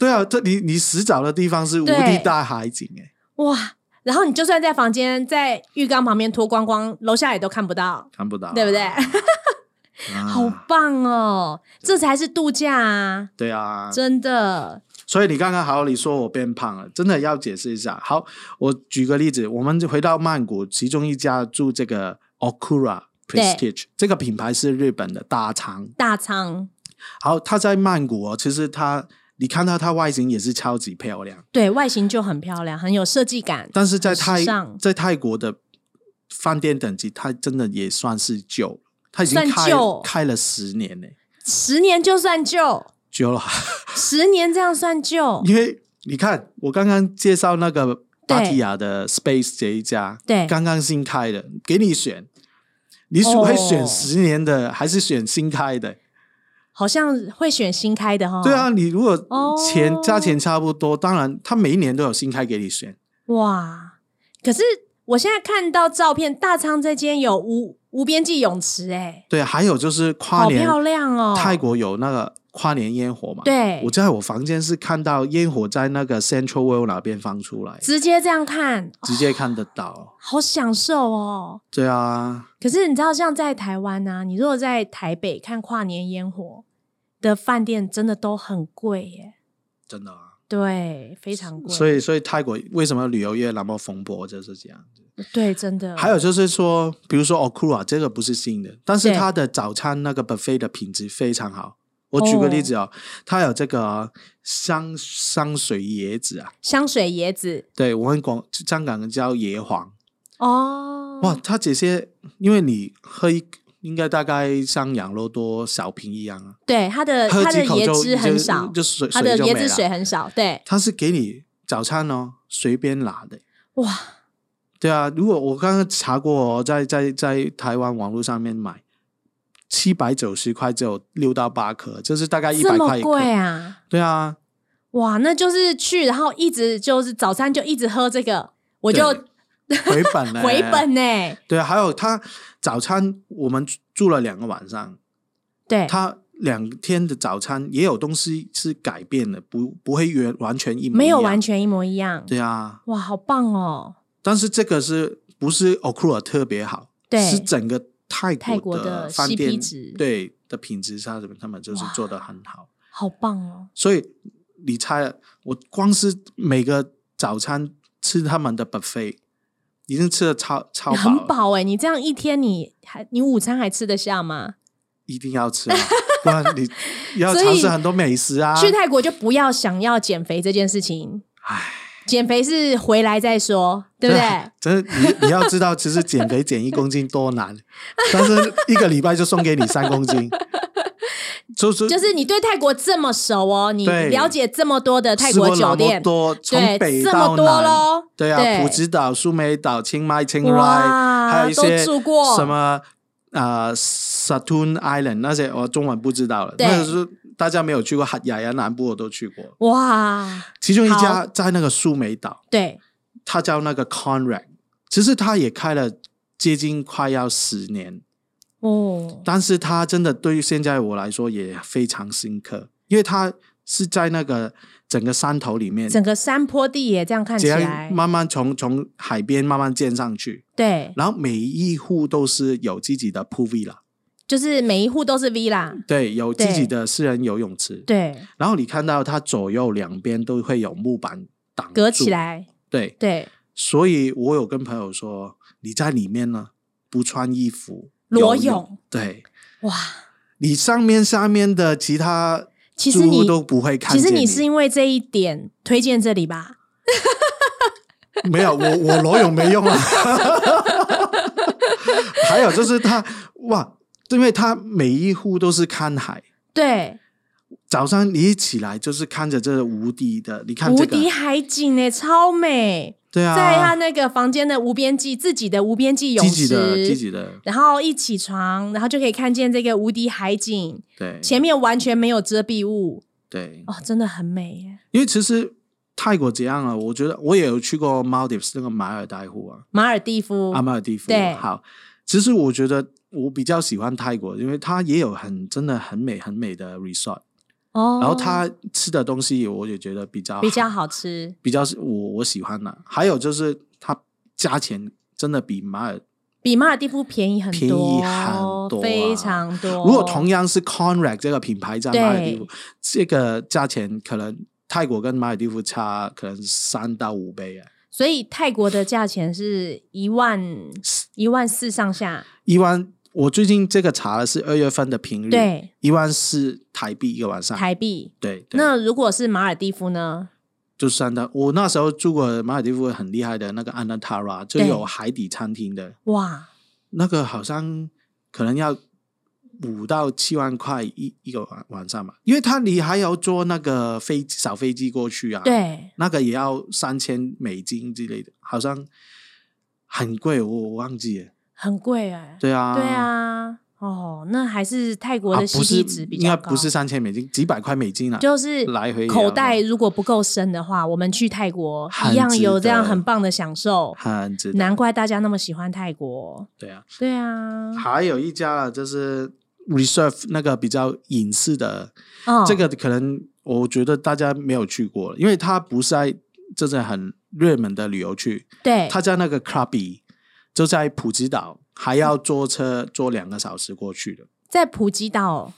[SPEAKER 1] 对啊，这你你洗澡的地方是无地
[SPEAKER 2] 对
[SPEAKER 1] 大海景哎，
[SPEAKER 2] 哇！然后你就算在房间在浴缸旁边脱光光，楼下也都看不到，
[SPEAKER 1] 看不到啊，
[SPEAKER 2] 对不对？
[SPEAKER 1] 啊
[SPEAKER 2] 好棒哦，这才是度假啊！
[SPEAKER 1] 对啊，
[SPEAKER 2] 真的，
[SPEAKER 1] 所以你刚刚好，你说我变胖了，真的要解释一下。好，我举个例子，我们回到曼谷，其中一家住这个 Okura
[SPEAKER 2] 对
[SPEAKER 1] Prestige 这个品牌是日本的大仓，
[SPEAKER 2] 大仓，
[SPEAKER 1] 好，它在曼谷哦，其实它你看到它外形也是超级漂亮，
[SPEAKER 2] 对外形就很漂亮，很有设计感。
[SPEAKER 1] 但是在
[SPEAKER 2] 很时
[SPEAKER 1] 泰
[SPEAKER 2] 尚
[SPEAKER 1] 在泰国的饭店等级，它真的也算是旧，它已经
[SPEAKER 2] 算
[SPEAKER 1] 开
[SPEAKER 2] 旧
[SPEAKER 1] 开了十年呢，
[SPEAKER 2] 十年就算旧，
[SPEAKER 1] 久了，
[SPEAKER 2] 十年这样算旧，
[SPEAKER 1] 因为你看我刚刚介绍那个芭
[SPEAKER 2] 对
[SPEAKER 1] 提雅的 Space 这一家，
[SPEAKER 2] 对
[SPEAKER 1] 刚刚新开的，给你选，你
[SPEAKER 2] 哦
[SPEAKER 1] 会选十年的、还是选新开的？
[SPEAKER 2] 好像会选新开的哈。
[SPEAKER 1] 对啊，，你如果
[SPEAKER 2] 哦
[SPEAKER 1] 钱、价钱差不多，当然它每一年都有新开给你选。
[SPEAKER 2] 哇！可是我现在看到照片，大仓这间有无无边际泳池、欸，
[SPEAKER 1] 对，啊还有就是跨
[SPEAKER 2] 好
[SPEAKER 1] 年，
[SPEAKER 2] 漂亮哦。
[SPEAKER 1] 泰国有那个跨年烟火嘛？，
[SPEAKER 2] 对
[SPEAKER 1] 我，在我房间是看到烟火在那个 Central World 那边放出来，
[SPEAKER 2] 直接这样看，
[SPEAKER 1] 直接看得到。
[SPEAKER 2] 好享受哦。
[SPEAKER 1] 对啊，
[SPEAKER 2] 可是你知道，像在台湾啊，你如果在台北看跨年烟火的饭店，真的都很贵耶、
[SPEAKER 1] 真的啊。
[SPEAKER 2] 对，非常贵。
[SPEAKER 1] 所以，所以泰国为什么旅游业那么风波就是这样子。
[SPEAKER 2] 对，真的
[SPEAKER 1] 还有就是说，比如说 Okura 这个不是新的，但是
[SPEAKER 2] 对
[SPEAKER 1] 它的早餐那个 buffet 的品质非常好。我举个例子哦，它有这个香香水椰子啊，
[SPEAKER 2] 香水椰子
[SPEAKER 1] 对我们广香港人叫椰皇。
[SPEAKER 2] 哦，
[SPEAKER 1] 哇，它这些因为你喝一应该大概像羊肉多小瓶一样啊，
[SPEAKER 2] 对，它的
[SPEAKER 1] 喝
[SPEAKER 2] 呃它的
[SPEAKER 1] 几口
[SPEAKER 2] 椰
[SPEAKER 1] 就
[SPEAKER 2] 汁很少，
[SPEAKER 1] 就就水
[SPEAKER 2] 它的
[SPEAKER 1] 水就
[SPEAKER 2] 椰
[SPEAKER 1] 没
[SPEAKER 2] 子
[SPEAKER 1] 了
[SPEAKER 2] 水很少，对，
[SPEAKER 1] 它是给你早餐哦，随便拿的。
[SPEAKER 2] 哇，
[SPEAKER 1] 对啊，如果我刚刚查过、哦，在在在台湾网络上面买，七百九十块只有六到八颗，就是大概一
[SPEAKER 2] 这
[SPEAKER 1] 百
[SPEAKER 2] 么
[SPEAKER 1] 块一颗。
[SPEAKER 2] 贵啊！
[SPEAKER 1] 对啊，
[SPEAKER 2] 哇，那就是去，然后一直就是早餐就一直喝这个，我就
[SPEAKER 1] 回本呢、
[SPEAKER 2] 回。本呢、
[SPEAKER 1] 对，啊还有他早餐，我们住了两个晚上，
[SPEAKER 2] 对，
[SPEAKER 1] 他两天的早餐也有东西是改变的，不不会原完全一模一样。
[SPEAKER 2] 没有完。全一模一样。
[SPEAKER 1] 对啊，
[SPEAKER 2] 哇，好棒哦！
[SPEAKER 1] 但是这个是不是 Okura 特别好？
[SPEAKER 2] 对
[SPEAKER 1] 是整个泰
[SPEAKER 2] 泰国
[SPEAKER 1] 的
[SPEAKER 2] 的
[SPEAKER 1] 饭店
[SPEAKER 2] CP 值
[SPEAKER 1] 对的品质上，他们就是
[SPEAKER 2] 哇
[SPEAKER 1] 做的很好。
[SPEAKER 2] 好棒哦！
[SPEAKER 1] 所以你猜，我光是每个早餐吃他们的 buffet，已经吃的超超饱
[SPEAKER 2] 很
[SPEAKER 1] 了，
[SPEAKER 2] 饱哎、你这样一天你还你午餐还吃得下吗？
[SPEAKER 1] 一定要 吃、啊，不然你要
[SPEAKER 2] 所
[SPEAKER 1] 尝
[SPEAKER 2] 以
[SPEAKER 1] 试很多美食啊。
[SPEAKER 2] 去泰国就不要想要减肥这件事情，
[SPEAKER 1] 唉，
[SPEAKER 2] 减肥是回来再说，对不对？
[SPEAKER 1] 啊真的你你要知道，其实减肥减一公斤多难，但是一个礼拜就送给你三公 斤，就是
[SPEAKER 2] 就是你对泰国这么熟哦，你
[SPEAKER 1] 对
[SPEAKER 2] 了解这么多的泰
[SPEAKER 1] 吃过
[SPEAKER 2] 国
[SPEAKER 1] 那
[SPEAKER 2] 酒
[SPEAKER 1] 么
[SPEAKER 2] 店，
[SPEAKER 1] 多，从北
[SPEAKER 2] 对，这
[SPEAKER 1] 到
[SPEAKER 2] 么多
[SPEAKER 1] 南。
[SPEAKER 2] 喽。
[SPEAKER 1] 对啊，
[SPEAKER 2] 对
[SPEAKER 1] 普吉岛、苏梅岛、清迈、清
[SPEAKER 2] 哇
[SPEAKER 1] 莱，还有一些
[SPEAKER 2] 都住过
[SPEAKER 1] 什么呃 Saturn Island 那些，我中文不知道了。
[SPEAKER 2] 对
[SPEAKER 1] 那个是大家没有去过，海雅呀南部我都去过。
[SPEAKER 2] 哇，
[SPEAKER 1] 其中一家
[SPEAKER 2] 好
[SPEAKER 1] 在那个苏梅岛，
[SPEAKER 2] 对，
[SPEAKER 1] 它叫那个 Conrad，其实它也开了接近快要十年，
[SPEAKER 2] 哦，
[SPEAKER 1] 但是它真的对于现在我来说也非常深刻，因为它是在那个整个山头里面，
[SPEAKER 2] 整个山坡地也这样看
[SPEAKER 1] 这
[SPEAKER 2] 起
[SPEAKER 1] 样
[SPEAKER 2] 来，
[SPEAKER 1] 慢慢从从海边慢慢建上去。
[SPEAKER 2] 对
[SPEAKER 1] 然后每一户都是有自己的 pool villa，
[SPEAKER 2] 就是每一户都是 villa，
[SPEAKER 1] 对，有自己
[SPEAKER 2] 对
[SPEAKER 1] 的私人游泳池，
[SPEAKER 2] 对，
[SPEAKER 1] 然后你看到它左右两边都会有木板挡
[SPEAKER 2] 隔起
[SPEAKER 1] 住，
[SPEAKER 2] 来，
[SPEAKER 1] 对，
[SPEAKER 2] 对，
[SPEAKER 1] 所以我有跟朋友说，你在里面呢不穿衣服
[SPEAKER 2] 裸
[SPEAKER 1] 游
[SPEAKER 2] 泳，
[SPEAKER 1] 对
[SPEAKER 2] 哇！
[SPEAKER 1] 你上面下面的其他
[SPEAKER 2] 其实
[SPEAKER 1] 住户
[SPEAKER 2] 你
[SPEAKER 1] 都不会看
[SPEAKER 2] 其
[SPEAKER 1] 见
[SPEAKER 2] 实
[SPEAKER 1] 你
[SPEAKER 2] 你是因为这一点推荐这里吧？
[SPEAKER 1] 没有，我我裸泳没用啊。 还有就是他哇，因为他每一户都是看海，
[SPEAKER 2] 对，
[SPEAKER 1] 早上你一起来就是看着这个无敌的，你看
[SPEAKER 2] 无
[SPEAKER 1] 这个，
[SPEAKER 2] 敌海景哎、超美，
[SPEAKER 1] 对啊，
[SPEAKER 2] 在他那个房间的无边际自己的无边际泳
[SPEAKER 1] 积极的积
[SPEAKER 2] 池，
[SPEAKER 1] 极的，
[SPEAKER 2] 然后一起床，然后就可以看见这个无敌海景，
[SPEAKER 1] 对
[SPEAKER 2] 前面完全没有遮蔽物，
[SPEAKER 1] 对，
[SPEAKER 2] 哦，真的很美耶！
[SPEAKER 1] 因为其实泰国怎样啊？我觉得我也有去过 Maldives 那个马尔代夫啊，
[SPEAKER 2] 马尔蒂夫，
[SPEAKER 1] 阿马尔蒂夫。
[SPEAKER 2] 哦
[SPEAKER 1] 啊
[SPEAKER 2] 对
[SPEAKER 1] 好，其实我觉得我比较喜欢泰国，因为它也有很真的很美很美的 resort，、
[SPEAKER 2] 哦，
[SPEAKER 1] 然后它吃的东西我也觉得比较
[SPEAKER 2] 比较好吃，
[SPEAKER 1] 比较是我我喜欢的。还有就是它价钱真的比马尔，
[SPEAKER 2] 比马尔蒂夫便宜很多，
[SPEAKER 1] 便宜很多啊
[SPEAKER 2] 非常多。
[SPEAKER 1] 如果同样是 Conrad 这个品牌在马尔
[SPEAKER 2] 哦对
[SPEAKER 1] 蒂夫，这个价钱可能泰国跟马尔蒂夫差可能三到五倍啊。
[SPEAKER 2] 所以泰国的价钱是一万一万四上下，
[SPEAKER 1] 一万，我最近这个查的是二月份的平日，，
[SPEAKER 2] 对，
[SPEAKER 1] 一万是台币一个晚上，
[SPEAKER 2] 台币。
[SPEAKER 1] 对，对
[SPEAKER 2] 那如果是马尔蒂夫呢？
[SPEAKER 1] 就算到我那时候住过马尔代夫很厉害的那个安娜塔拉，就
[SPEAKER 2] 对
[SPEAKER 1] 有海底餐厅的
[SPEAKER 2] 哇，
[SPEAKER 1] 那个，好像可能要五到七万块一一个晚晚上吧，因为它你还要坐那个飞小飞机过去啊，，
[SPEAKER 2] 对，
[SPEAKER 1] 那个也要三千美金之类的，好像很贵，我我忘记了，
[SPEAKER 2] 很贵哎、
[SPEAKER 1] 对啊，
[SPEAKER 2] 对。啊，哦，那还是泰国
[SPEAKER 1] 啊
[SPEAKER 2] 的，
[SPEAKER 1] 不是
[SPEAKER 2] CP 值比
[SPEAKER 1] 应该
[SPEAKER 2] 较高，
[SPEAKER 1] 不是三千美金，几百块美金啊，
[SPEAKER 2] 就是
[SPEAKER 1] 来回也要
[SPEAKER 2] 口袋如果不够深的话，我们去泰国
[SPEAKER 1] 很
[SPEAKER 2] 一样有这
[SPEAKER 1] 值
[SPEAKER 2] 样
[SPEAKER 1] 得
[SPEAKER 2] 很棒的享受。
[SPEAKER 1] 很值得。
[SPEAKER 2] 难怪大家那么喜欢泰国。
[SPEAKER 1] 对啊，
[SPEAKER 2] 对啊，
[SPEAKER 1] 还有一家啊，就是 Reserve 那个比较隐私的，
[SPEAKER 2] 哦，
[SPEAKER 1] 这个可能我觉得大家没有去过，因为它不是在真的很热门的旅游区，
[SPEAKER 2] 对，
[SPEAKER 1] 它在那个 Krabi，就在普吉岛，还要坐车坐两个小时过去的，
[SPEAKER 2] 在普吉岛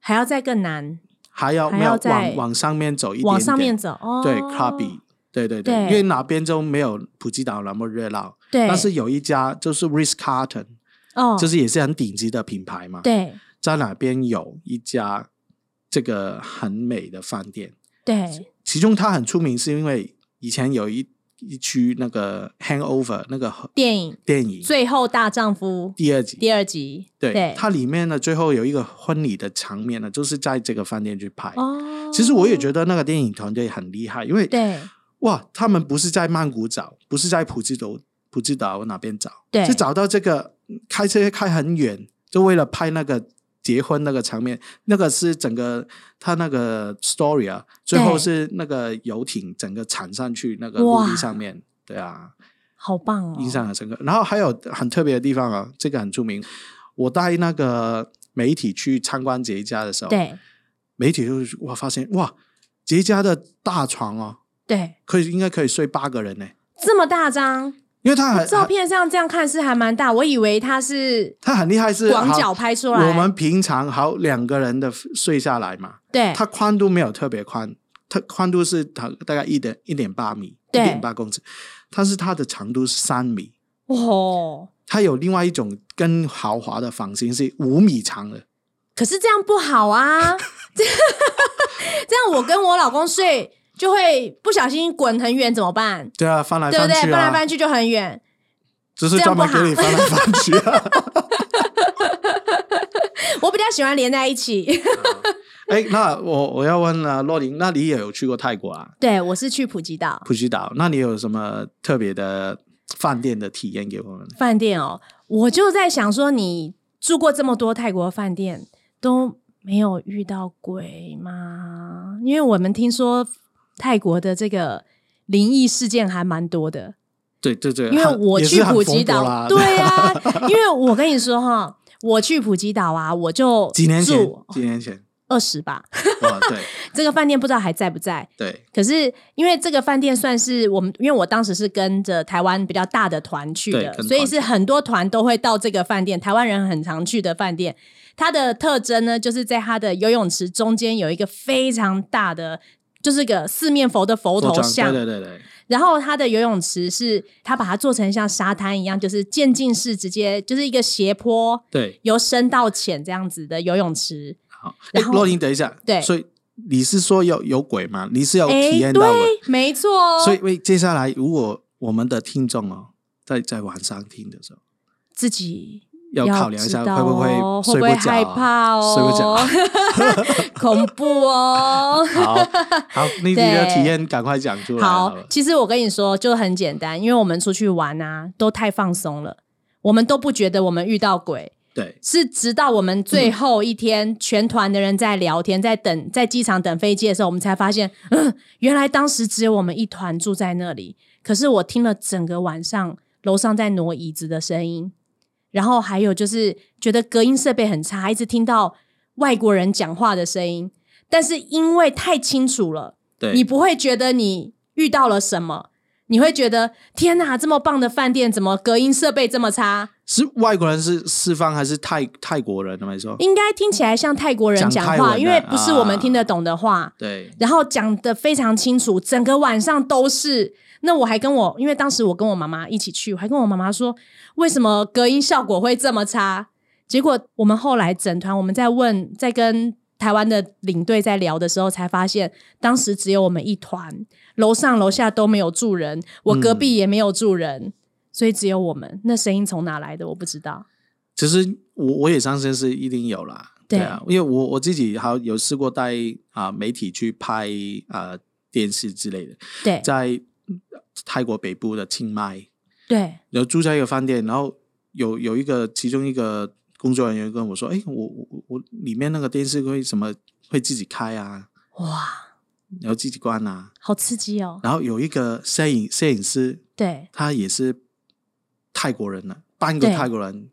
[SPEAKER 2] 还要再更南，
[SPEAKER 1] 还要
[SPEAKER 2] 还
[SPEAKER 1] 没有
[SPEAKER 2] 要再
[SPEAKER 1] 往往上面走一点点，
[SPEAKER 2] 往上面走哦。
[SPEAKER 1] 对 Krabi。对对对，
[SPEAKER 2] 对
[SPEAKER 1] 因为哪边都没有普吉岛那么热闹，
[SPEAKER 2] 对，
[SPEAKER 1] 但是有一家就是 Ritz Carlton，、
[SPEAKER 2] 哦，
[SPEAKER 1] 就是也是很顶级的品牌嘛。
[SPEAKER 2] 对
[SPEAKER 1] 在哪边有一家这个很美的饭店，
[SPEAKER 2] 对
[SPEAKER 1] 其中它很出名是因为以前有一一区那个《Hangover》那个
[SPEAKER 2] 电影
[SPEAKER 1] 电
[SPEAKER 2] 《
[SPEAKER 1] 影
[SPEAKER 2] 最后大丈夫》
[SPEAKER 1] 第二集，
[SPEAKER 2] 第二集，
[SPEAKER 1] 对
[SPEAKER 2] 对，
[SPEAKER 1] 它里面呢最后有一个婚礼的场面呢，就是在这个饭店去拍。
[SPEAKER 2] 哦，
[SPEAKER 1] 其实我也觉得那个电影团队很厉害，因为
[SPEAKER 2] 对
[SPEAKER 1] 哇，他们不是在曼谷找，不是在普吉岛普吉岛哪边找，
[SPEAKER 2] 对
[SPEAKER 1] 是找到这个开车开很远，就为了拍那个结婚那个场面，那个是整个他那个 story 啊，最后是那个游艇整个铲上去那个陆地
[SPEAKER 2] 哇
[SPEAKER 1] 上面，对啊，
[SPEAKER 2] 好棒哦，
[SPEAKER 1] 印象很深刻。然后还有很特别的地方啊，这个很著名，我带那个媒体去参观这一家的时候，
[SPEAKER 2] 对
[SPEAKER 1] 媒体就是哇发现哇，这一家的大床哦，
[SPEAKER 2] 对，
[SPEAKER 1] 可以应该可以睡八个人呢、
[SPEAKER 2] 这么大张，
[SPEAKER 1] 因为他很
[SPEAKER 2] 照片上这样看是还蛮大，我以为它是
[SPEAKER 1] 他很厉害是
[SPEAKER 2] 广
[SPEAKER 1] 好
[SPEAKER 2] 角拍出来，
[SPEAKER 1] 我们平常好两个人的睡下来嘛，
[SPEAKER 2] 对
[SPEAKER 1] 它宽度没有特别宽，它宽度是大大概一点一点八米，一
[SPEAKER 2] 对
[SPEAKER 1] 点八公尺，但是它的长度是三米。
[SPEAKER 2] 哦，
[SPEAKER 1] 它有另外一种更豪华的房型是五米长的，
[SPEAKER 2] 可是这样不好 啊，这样我跟我老公睡就会不小心滚很远怎么办？
[SPEAKER 1] 对啊，翻来
[SPEAKER 2] 对不
[SPEAKER 1] 翻
[SPEAKER 2] 对？
[SPEAKER 1] 去
[SPEAKER 2] 翻
[SPEAKER 1] 啊，
[SPEAKER 2] 来翻去就很远，
[SPEAKER 1] 就是
[SPEAKER 2] 这样
[SPEAKER 1] 专门
[SPEAKER 2] 不好
[SPEAKER 1] 给你翻来翻去啊。
[SPEAKER 2] 我比较喜欢连在一起。
[SPEAKER 1] 哎，那我我要问了，洛琳，那你也有去过泰国啊，
[SPEAKER 2] 对，我是去普吉岛
[SPEAKER 1] 普吉岛，那你有什么特别的饭店的体验给我们？
[SPEAKER 2] 饭店哦，我就在想说，你住过这么多泰国饭店，都没有遇到鬼吗？因为我们听说泰国的这个灵异事件还蛮多的，
[SPEAKER 1] 对对对，
[SPEAKER 2] 因为
[SPEAKER 1] 呃很
[SPEAKER 2] 我
[SPEAKER 1] 也是
[SPEAKER 2] 去
[SPEAKER 1] 很
[SPEAKER 2] 普
[SPEAKER 1] 蓬
[SPEAKER 2] 吉
[SPEAKER 1] 勃
[SPEAKER 2] 岛，
[SPEAKER 1] 啦
[SPEAKER 2] 对啊，因为我跟你说哈，我去普吉岛啊，我就
[SPEAKER 1] 几年前
[SPEAKER 2] 住，
[SPEAKER 1] 几年前，
[SPEAKER 2] 二十吧，
[SPEAKER 1] 哇，对，
[SPEAKER 2] 这个饭店不知道还在不在。
[SPEAKER 1] 对，
[SPEAKER 2] 可是因为这个饭店算是我们，因为我当时是跟着台湾比较大的团去
[SPEAKER 1] 对
[SPEAKER 2] 的
[SPEAKER 1] 跟，团
[SPEAKER 2] 所以是很多团都会到这个饭店，台湾人很常去的饭店。它的特征呢，就是在它的游泳池中间有一个非常大的，就是个四面佛的佛头
[SPEAKER 1] 装
[SPEAKER 2] 像，
[SPEAKER 1] 对对对对，
[SPEAKER 2] 然后它的游泳池是它把它做成像沙滩一样，就是渐进式，直接就是一个斜坡，
[SPEAKER 1] 对，
[SPEAKER 2] 由深到浅这样子的游泳池。
[SPEAKER 1] 好。哎，
[SPEAKER 2] 然后
[SPEAKER 1] 洛琳，等一下，
[SPEAKER 2] 对
[SPEAKER 1] 所以你是说有有鬼吗？你是有哦体
[SPEAKER 2] 诶
[SPEAKER 1] 验到的。
[SPEAKER 2] 对，没错哦。
[SPEAKER 1] 所以，为接下来如果我们的听众哦，在在晚上听的时候，
[SPEAKER 2] 自己
[SPEAKER 1] 要考量一下会不
[SPEAKER 2] 会
[SPEAKER 1] 会睡
[SPEAKER 2] 不
[SPEAKER 1] 不
[SPEAKER 2] 哦会
[SPEAKER 1] 着
[SPEAKER 2] 害怕哦，
[SPEAKER 1] 睡不着。
[SPEAKER 2] 恐怖哦。
[SPEAKER 1] 好好，你你的体验赶快讲出来
[SPEAKER 2] 好
[SPEAKER 1] 了，。
[SPEAKER 2] 其实我跟你说，就很简单，因为我们出去玩啊，都太放松了，我们都不觉得我们遇到鬼。
[SPEAKER 1] 对
[SPEAKER 2] 是直到我们最后一天，全团的人在聊天，在等在机场等飞机的时候，我们才发现，嗯，原来当时只有我们一团住在那里。可是我听了整个晚上楼上在挪椅子的声音，然后还有就是觉得隔音设备很差，一直听到外国人讲话的声音。但是因为太清楚了，
[SPEAKER 1] 对，
[SPEAKER 2] 你不会觉得你遇到了什么，你会觉得天哪，这么棒的饭店怎么隔音设备这么差？
[SPEAKER 1] 是外国人是四方还是泰泰国人？没错，
[SPEAKER 2] 应该听起来像泰国人讲
[SPEAKER 1] 讲泰文
[SPEAKER 2] 话，
[SPEAKER 1] 啊
[SPEAKER 2] 因为不是我们听得懂的话，
[SPEAKER 1] 对
[SPEAKER 2] 然后讲的非常清楚，整个晚上都是。那我还跟我，因为当时我跟我妈妈一起去，我还跟我妈妈说，为什么呃隔音效果会这么差？结果我们后来整团我们在问，在跟台湾的领队在聊的时候，才发现当时只有我们一团，楼上楼下都没有住人，我隔壁也没有住人，所以只有我们。那声音从哪来的？我不知道。
[SPEAKER 1] 其实我我也相信是一定有啦。
[SPEAKER 2] 对
[SPEAKER 1] 啊，因为我我自己还有有试过带啊、媒体去拍啊、电视之类的，
[SPEAKER 2] 对
[SPEAKER 1] 在泰国北部的清迈，
[SPEAKER 2] 对，
[SPEAKER 1] 然后住在一个饭店，然后有有一个其中一个工作人员跟我说：“哎，我我我我里面那个电视会什么会自己开啊，
[SPEAKER 2] 哇，
[SPEAKER 1] 然后自己关啊。
[SPEAKER 2] 好刺激”哦！
[SPEAKER 1] 然后有一个摄影摄影师，
[SPEAKER 2] 对
[SPEAKER 1] 他也是泰国人了，半个
[SPEAKER 2] 对
[SPEAKER 1] 泰国人，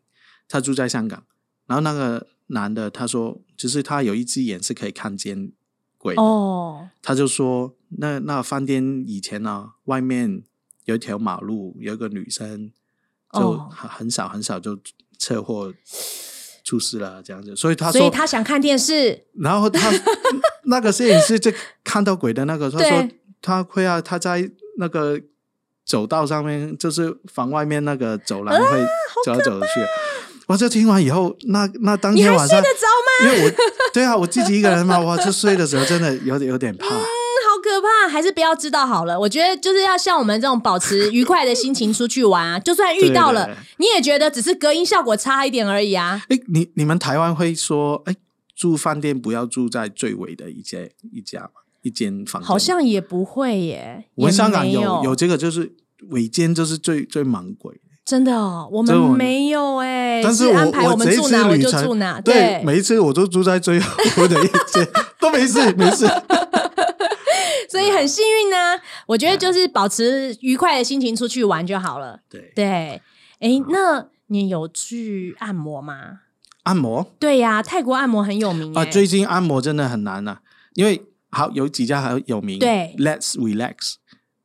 [SPEAKER 1] 他住在香港。然后那个男的他说，就是他有一只眼是可以看见鬼的，
[SPEAKER 2] 哦，
[SPEAKER 1] 他就说那那饭店以前呢、外面有一条马路，有一个女生就
[SPEAKER 2] 哦
[SPEAKER 1] 很很少很少就车祸出事了这样子，所以他
[SPEAKER 2] 所以
[SPEAKER 1] 说，
[SPEAKER 2] 他想看电视。
[SPEAKER 1] 然后 他那个摄影师就看到鬼的那个，他说
[SPEAKER 2] 对
[SPEAKER 1] 他会啊，他在那个走道上面，就是房外面那个走廊
[SPEAKER 2] 啊
[SPEAKER 1] 会走来走去。我就听完以后，那那当
[SPEAKER 2] 你
[SPEAKER 1] 天
[SPEAKER 2] 还
[SPEAKER 1] 晚
[SPEAKER 2] 睡
[SPEAKER 1] 上
[SPEAKER 2] 得，着吗？
[SPEAKER 1] 因为我对啊，我自己一个人 嘛，我就睡的时候真的有点有点怕。
[SPEAKER 2] 嗯，好可怕，还是不要知道好了。我觉得就是要像我们这种保持愉快的心情出去玩 啊，就算 遇到了，
[SPEAKER 1] 对对
[SPEAKER 2] 你也觉得只是隔音效果差一点而已啊。
[SPEAKER 1] 哎，你你们台湾会说，哎，住饭店不要住在最尾的一间一家嘛一间房间吗，
[SPEAKER 2] 好像也不会耶，
[SPEAKER 1] 我们
[SPEAKER 2] 也
[SPEAKER 1] 香港
[SPEAKER 2] 没
[SPEAKER 1] 有
[SPEAKER 2] 有
[SPEAKER 1] 有这个，就是尾间就是最最猛鬼。
[SPEAKER 2] 真的哦，我们
[SPEAKER 1] 这种
[SPEAKER 2] 没有哎，
[SPEAKER 1] 但是我
[SPEAKER 2] 安排我们
[SPEAKER 1] 这一
[SPEAKER 2] 住
[SPEAKER 1] 次
[SPEAKER 2] 哪我
[SPEAKER 1] 旅
[SPEAKER 2] 就
[SPEAKER 1] 程
[SPEAKER 2] 住哪，
[SPEAKER 1] 对
[SPEAKER 2] 对，
[SPEAKER 1] 每一次我都住在最后的一间， 都没事没事。
[SPEAKER 2] 所以很幸运呢。我觉得就是保持愉快的心情出去玩就好了。
[SPEAKER 1] 对，
[SPEAKER 2] 对，哎，那你有去按摩吗？
[SPEAKER 1] 按摩
[SPEAKER 2] 对呀、泰国按摩很有名
[SPEAKER 1] 啊，
[SPEAKER 2] 耶
[SPEAKER 1] 最近按摩真的很难啊，因为好有几家很有名，
[SPEAKER 2] 对
[SPEAKER 1] ，Let's Relax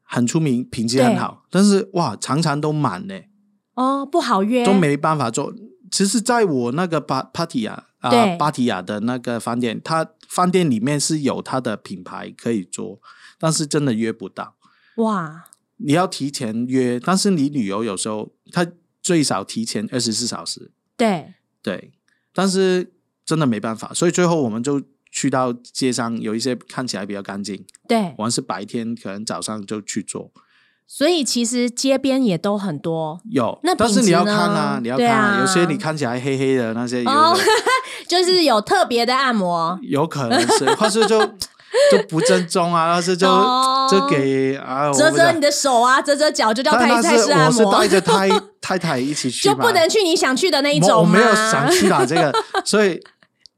[SPEAKER 1] 很出名，品质很好，但是哇，常常都满呢，
[SPEAKER 2] 哦，不好约，
[SPEAKER 1] 都没办法做。其实，在我那个巴芭提雅啊
[SPEAKER 2] 对
[SPEAKER 1] 芭提雅的那个饭店，它饭店里面是有它的品牌可以做，但是真的约不到。
[SPEAKER 2] 哇，
[SPEAKER 1] 你要提前约，但是你旅游有时候它最少提前二十四小时，
[SPEAKER 2] 对，
[SPEAKER 1] 对，但是真的没办法，所以最后我们就去到街上有一些看起来比较干净，
[SPEAKER 2] 对
[SPEAKER 1] 我，们是白天可能早上就去做，
[SPEAKER 2] 所以其实街边也都很多，
[SPEAKER 1] 有，
[SPEAKER 2] 那
[SPEAKER 1] 但是
[SPEAKER 2] 品质
[SPEAKER 1] 你要看
[SPEAKER 2] 呢
[SPEAKER 1] 啊，你要看
[SPEAKER 2] 对啊
[SPEAKER 1] 有些你看起来黑黑的那些有、
[SPEAKER 2] 哦就是有特别的 按摩，
[SPEAKER 1] 有可能 是，或是就就不正宗啊，但是就、
[SPEAKER 2] 哦
[SPEAKER 1] 就给啊，我
[SPEAKER 2] 折
[SPEAKER 1] 不知道
[SPEAKER 2] 折你的手啊，折折脚，就叫
[SPEAKER 1] 但
[SPEAKER 2] 泰
[SPEAKER 1] 但
[SPEAKER 2] 泰
[SPEAKER 1] 是
[SPEAKER 2] 式按
[SPEAKER 1] 我是
[SPEAKER 2] 摩
[SPEAKER 1] 带，着太 太太一起去
[SPEAKER 2] 就
[SPEAKER 1] 嘛，
[SPEAKER 2] 不能去你想去的那一
[SPEAKER 1] 我我
[SPEAKER 2] 种吗？
[SPEAKER 1] 没有想去打 这个，所以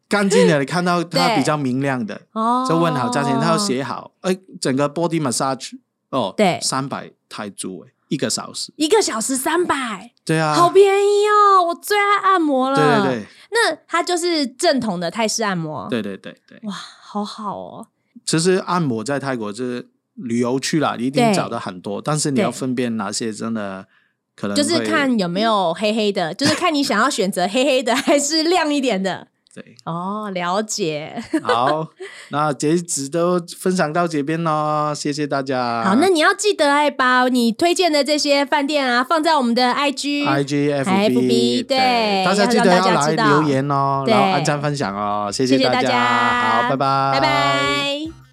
[SPEAKER 1] 干净的你看到它
[SPEAKER 2] 对
[SPEAKER 1] 比较明亮的，
[SPEAKER 2] 哦，
[SPEAKER 1] 就问好价钱，它要写好，哎，整个 body massage 哦，
[SPEAKER 2] 对
[SPEAKER 1] 三百泰铢哎，一个小时，
[SPEAKER 2] 一个小时三百、
[SPEAKER 1] 对啊，
[SPEAKER 2] 好便宜哦，我最爱按摩了。
[SPEAKER 1] 对
[SPEAKER 2] 那它就是正统的泰式按摩，
[SPEAKER 1] 对对对对对对，
[SPEAKER 2] 哇，好好哦。
[SPEAKER 1] 其实按摩在泰国就是旅游去了，一定
[SPEAKER 2] 对
[SPEAKER 1] 找到很多，但是你
[SPEAKER 2] 对
[SPEAKER 1] 要分辨哪些真的可能
[SPEAKER 2] 就是
[SPEAKER 1] 会
[SPEAKER 2] 看有没有黑黑的，就是看你想要选择黑黑的 还是亮一点的。
[SPEAKER 1] 对。
[SPEAKER 2] 哦，了解。
[SPEAKER 1] 好，那这一集都分享到这边咯，谢谢大家。
[SPEAKER 2] 好，那你要记得哎，把你推荐的这些饭店啊，放在我们的 IG。
[SPEAKER 1] I G F
[SPEAKER 2] FB 对
[SPEAKER 1] 大家
[SPEAKER 2] 要
[SPEAKER 1] 记
[SPEAKER 2] 让
[SPEAKER 1] 得
[SPEAKER 2] 大
[SPEAKER 1] 要
[SPEAKER 2] 家
[SPEAKER 1] 来
[SPEAKER 2] 知道
[SPEAKER 1] 留言哦，
[SPEAKER 2] 对
[SPEAKER 1] 然后按赞分享哦，谢
[SPEAKER 2] 谢谢
[SPEAKER 1] 大
[SPEAKER 2] 大家
[SPEAKER 1] 好，拜拜，
[SPEAKER 2] 拜拜。